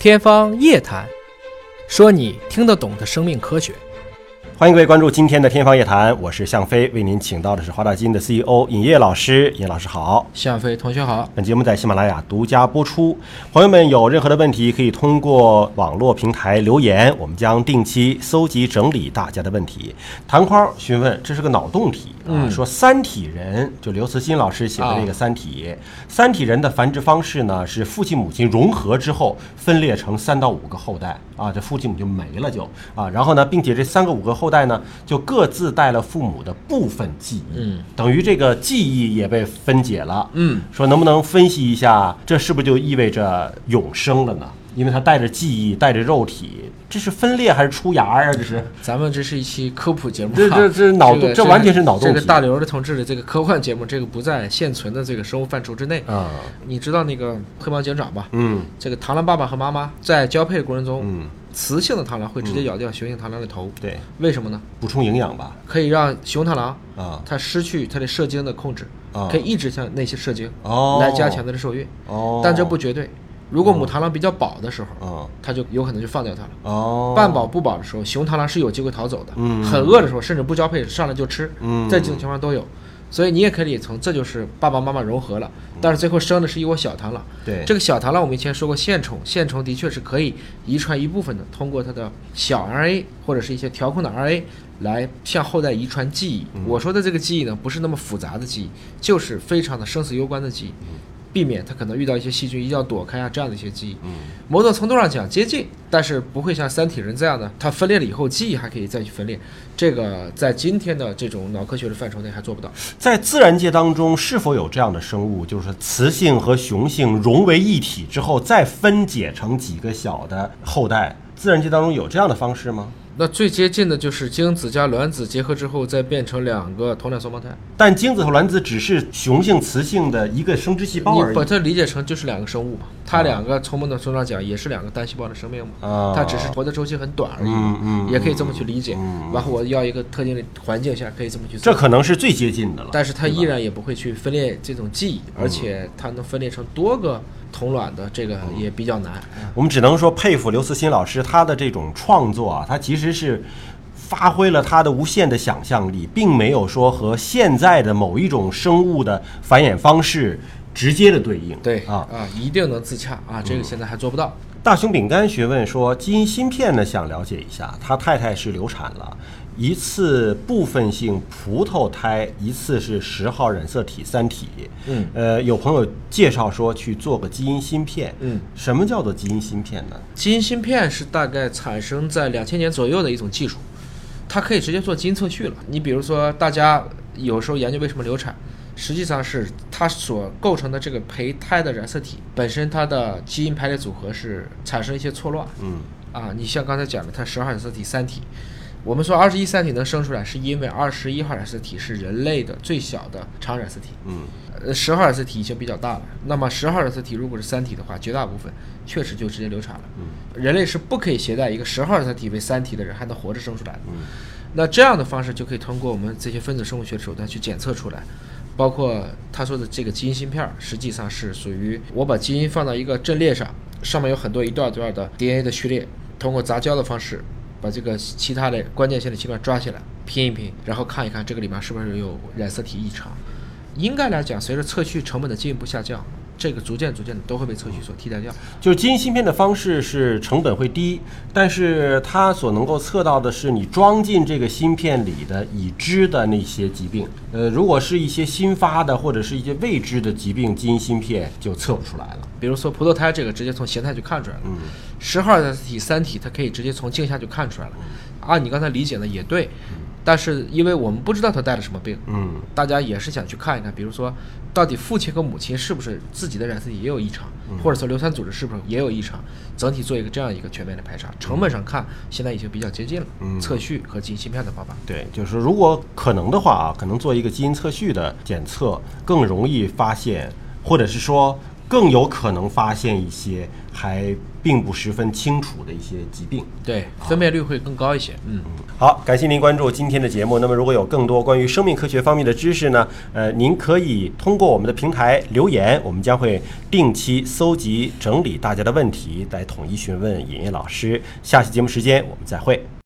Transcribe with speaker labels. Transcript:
Speaker 1: 天方夜谭，说你听得懂的生命科学。
Speaker 2: 欢迎各位关注今天的《天方夜谭》，我是向飞，为您请到的是华大基因的 CEO 尹烨老师。尹老师好，
Speaker 1: 向飞同学好，
Speaker 2: 本节目在喜马拉雅独家播出。朋友们有任何的问题，可以通过网络平台留言，我们将定期搜集整理大家的问题。弹框询问，这是个脑洞题啊，
Speaker 1: 嗯
Speaker 2: 说三体人就刘慈欣老师写的那个《三体》三体人的繁殖方式呢是父亲母亲融合之后分裂成三到五个后代啊，这父亲母亲没了就啊，然后呢，并且这三个五个后代呢就各自带了父母的部分记忆，
Speaker 1: 嗯，
Speaker 2: 等于这个记忆也被分解了，
Speaker 1: 嗯，
Speaker 2: 说能不能分析一下，这是不是就意味着永生了呢？因为它带着记忆，带着肉体，这是分裂还是出芽啊？这是。
Speaker 1: 咱们这是一期科普节目啊，
Speaker 2: 这这这脑洞
Speaker 1: 这个
Speaker 2: 这完全是脑洞
Speaker 1: 这个
Speaker 2: 题
Speaker 1: 大刘的同志的这个科幻节目，这个不在现存的这个生物范畴之内。
Speaker 2: 啊，
Speaker 1: 你知道那个黑猫警长吧？
Speaker 2: 嗯
Speaker 1: 这个螳螂爸爸和妈妈在交配过程中，
Speaker 2: 嗯，
Speaker 1: 雌性的螳螂会直接咬掉雄性螳螂的头，
Speaker 2: 对，
Speaker 1: 为什么呢？
Speaker 2: 补充营养吧。
Speaker 1: 可以让雄螳螂
Speaker 2: 啊
Speaker 1: 它失去它的射精的控制，
Speaker 2: 啊，
Speaker 1: 可以抑制它那些射精，
Speaker 2: 哦，
Speaker 1: 来加强它的受孕。
Speaker 2: 哦，
Speaker 1: 但这不绝对。如果母螳螂比较饱的时候，
Speaker 2: 嗯
Speaker 1: 它就有可能就放掉它了。
Speaker 2: 哦，
Speaker 1: 半饱不饱的时候，雄螳螂是有机会逃走的。
Speaker 2: 嗯
Speaker 1: 很饿的时候，甚至不交配上来就吃，
Speaker 2: 嗯
Speaker 1: 这几种情况都有。所以你也可以从这就是爸爸妈妈融合了，但是最后生的是一窝小螳螂。
Speaker 2: 对
Speaker 1: 这个小螳螂我们以前说过线虫，线虫的确是可以遗传一部分的，通过它的小 RNA 或者是一些调控的 RNA 来向后代遗传记忆。我说的这个记忆呢，不是那么复杂的记忆，就是非常的生死攸关的记忆，避免它可能遇到一些细菌一定要躲开啊这样的一些记忆。
Speaker 2: 嗯
Speaker 1: 某种程度上讲接近，但是不会像三体人这样的，它分裂了以后记忆还可以再去分裂，这个在今天的这种脑科学的范畴内还做不到。
Speaker 2: 在自然界当中是否有这样的生物，就是雌性和雄性融为一体之后，再分解成几个小的后代？自然界当中有这样的方式吗？
Speaker 1: 那最接近的就是精子加卵子结合之后再变成两个同卵双胞胎，
Speaker 2: 但精子和卵子只是雄性、雌性的一个生殖细胞而
Speaker 1: 你
Speaker 2: 已
Speaker 1: 把它理解成就是两个生物嘛，它两个从某种程度上讲也是两个单细胞的生命嘛，
Speaker 2: 啊，
Speaker 1: 它只是活的周期很短而已，
Speaker 2: 嗯嗯
Speaker 1: 也可以这么去理解。
Speaker 2: 嗯
Speaker 1: 然后我要一个特定的环境下可以这么去
Speaker 2: 这
Speaker 1: 做。
Speaker 2: 可能是最接近的了。
Speaker 1: 但是它依然也不会去分裂这种记忆，
Speaker 2: 嗯
Speaker 1: 而且它能分裂成多个同卵的，这个
Speaker 2: 嗯
Speaker 1: 也比较难。
Speaker 2: 我们只能说佩服刘慈欣老师他的这种创作啊，他其实是发挥了他的无限的想象力，并没有说和现在的某一种生物的繁衍方式直接的对应。
Speaker 1: 对
Speaker 2: 啊，
Speaker 1: 一定能自洽啊，这个现在还做不到。
Speaker 2: 大熊饼干询问说，基因芯片呢想了解一下，他太太是流产了。一次部分性葡萄胎，一次是十号染色体三体。
Speaker 1: 嗯，
Speaker 2: 呃，有朋友介绍说去做个基因芯片。
Speaker 1: 嗯，
Speaker 2: 什么叫做基因芯片呢？
Speaker 1: 基因芯片是大概产生在两千年左右的一种技术，它可以直接做基因测序了。你比如说，大家有时候研究为什么流产，实际上是它所构成的这个胚胎的染色体本身它的基因排列组合是产生一些错乱。
Speaker 2: 嗯，
Speaker 1: 啊，你像刚才讲的，它十二染色体三体，我们说二十一三体能生出来，是因为二十一号染色体是人类的最小的常染色体。
Speaker 2: 嗯，
Speaker 1: 呃，十号染色体已经比较大了。那么十号染色体如果是三体的话，绝大部分确实就直接流产了。嗯，人类是不可以携带一个十号染色体为三体的人还能活着生出来的。嗯，那这样的方式就可以通过我们这些分子生物学手段去检测出来。包括他说的这个基因芯片儿，实际上是属于我把基因放到一个阵列上，上面有很多一段一段的 DNA 的序列，通过杂交的方式把这个其他的关键性的器官抓起来拼一拼，然后看一看这个里面是不是有染色体异常。应该来讲，随着测序成本的进一步下降，这个逐渐逐渐的都会被测序所替代掉。
Speaker 2: 就是基因芯片的方式是成本会低，但是它所能够测到的是你装进这个芯片里的已知的那些疾病。呃，如果是一些新发的或者是一些未知的疾病，基因芯片就测不出来了。
Speaker 1: 比如说葡萄胎这个，直接从形态就看出来了。十号染色体三体，它可以直接从镜像就看出来了。按你刚才理解的也对，但是因为我们不知道它带了什么病，
Speaker 2: 嗯，
Speaker 1: 大家也是想去看一看，比如说到底父亲和母亲是不是自己的染色体也有异常，或者说硫酸组织是不是也有异常，整体做一个这样一个全面的排查。成本上看，现在已经比较接近了。测序和基因芯片的方法。
Speaker 2: 对，就是如果可能的话啊，可能做一个基因测序的检测，更容易发现，或者是说更有可能发现一些还并不十分清楚的一些疾病。
Speaker 1: 对，分辨率会更高一些。嗯，
Speaker 2: 好，感谢您关注今天的节目。那么，如果有更多关于生命科学方面的知识呢，呃，您可以通过我们的平台留言，我们将会定期搜集整理大家的问题，来统一询问尹烨老师。下期节目时间我们再会。